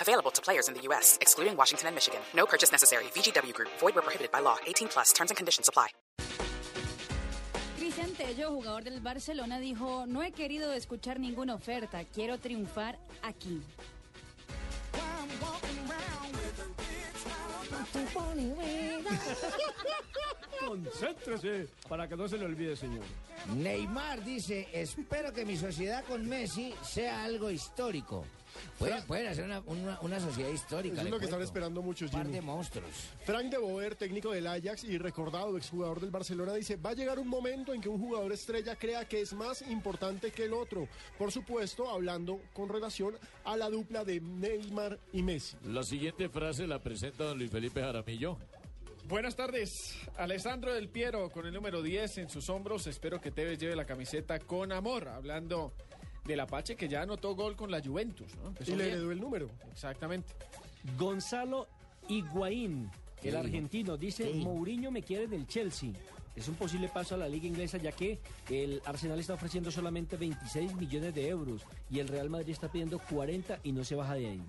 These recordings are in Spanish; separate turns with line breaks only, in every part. Available to players in the U.S., excluding Washington and Michigan. No purchase necessary. VGW Group, void were prohibited by law. 18 plus terms and conditions apply.
Cristian Tello, jugador del Barcelona, dijo, no he querido escuchar ninguna oferta, quiero triunfar aquí.
Concéntrese para que no se le olvide, señor.
Neymar dice, espero que mi sociedad con Messi sea algo histórico. Pueden, pueden hacer una, una- una sociedad histórica.
Eso es
le
lo que están
cuento.
esperando muchos,
Par de
Jimmy.
monstruos.
Frank de Boer, técnico del Ajax y recordado exjugador del Barcelona, dice, va a llegar un momento en que un jugador estrella crea que es más importante que el otro. Por supuesto, hablando con relación a la dupla de Neymar y Messi.
La siguiente frase la presenta don Luis Felipe Jaramillo.
Buenas tardes, Alessandro del Piero con el número 10 en sus hombros. Espero que Tevez lleve la camiseta con amor. Hablando del Apache que ya anotó gol con la Juventus, ¿no? Empezó
Y le
bien.
heredó el número.
Exactamente.
Gonzalo Higuaín, el
Sí.
argentino, dice,
Sí.
Mourinho me quiere del Chelsea. Es un posible paso a la liga inglesa ya que el Arsenal está ofreciendo solamente 26 millones de euros y el Real Madrid está pidiendo 40 y no se baja de ahí.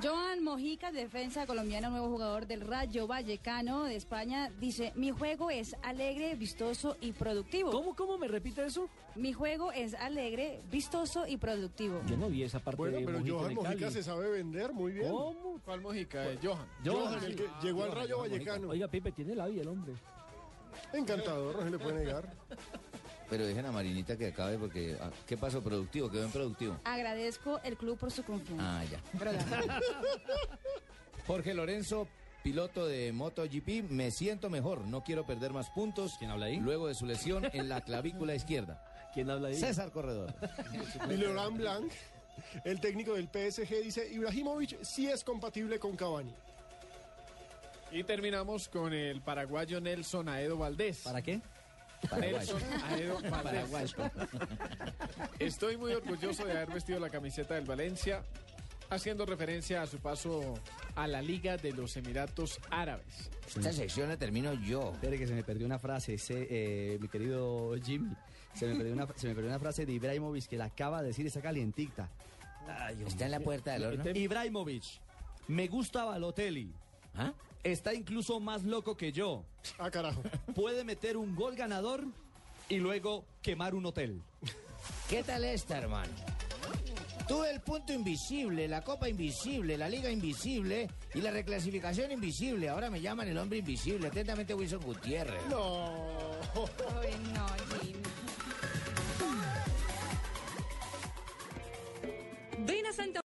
Joan Mojica, defensa colombiano, nuevo jugador del Rayo Vallecano de España, dice, mi juego es alegre, vistoso y productivo.
¿Cómo, cómo me repite eso?
Mi juego es alegre, vistoso y productivo.
Yo no vi esa parte
Bueno,
de
pero
Mojica en
Johan
el Cali.
Mojica se sabe vender muy bien.
¿Cómo?
¿Cuál Mojica? Eh, Johan.
Johan, el que llegó al Rayo Vallecano.
Oiga, Pipe, tiene labia el hombre.
Encantador, no se le puede negar.
Pero dejen a Marinita que acabe porque... ah, ¿Qué pasó? ¿Productivo? ¿Quedó en productivo?
Agradezco el club por su confianza.
Ah, ya.
Pero ya.
Jorge Lorenzo, piloto de MotoGP, me siento mejor. No quiero perder más puntos.
¿Quién habla ahí?
Luego de su lesión en la clavícula izquierda.
¿Quién habla de
César Corredor.
Y Laurent Blanc, el técnico del PSG, dice, Ibrahimovic sí es compatible con Cavani.
Y terminamos con el paraguayo Nelson Aedo Valdés.
qué?
Paraguay.
Nelson Aedo Valdés.
Paraguayo.
Estoy muy orgulloso de haber vestido la camiseta del Valencia, haciendo referencia a su paso a la Liga de los Emiratos Árabes.
Esta sección la termino yo.
Espere que se me perdió una frase, ese, eh, mi querido Jimmy. Se me, perdió una, se me perdió una frase de Ibrahimovic que la acaba de decir, esa calientita.
Está en la puerta del horno.
Ibrahimovic, me gusta Balotelli.
¿Ah?
Está incluso más loco que yo.
Ah, carajo.
Puede meter un gol ganador y luego quemar un hotel.
¿Qué tal esta, hermano? Tuve el punto invisible, la copa invisible, la liga invisible y la reclasificación invisible. Ahora me llaman el hombre invisible. Atentamente, Wilson Gutiérrez.
No.
Ay,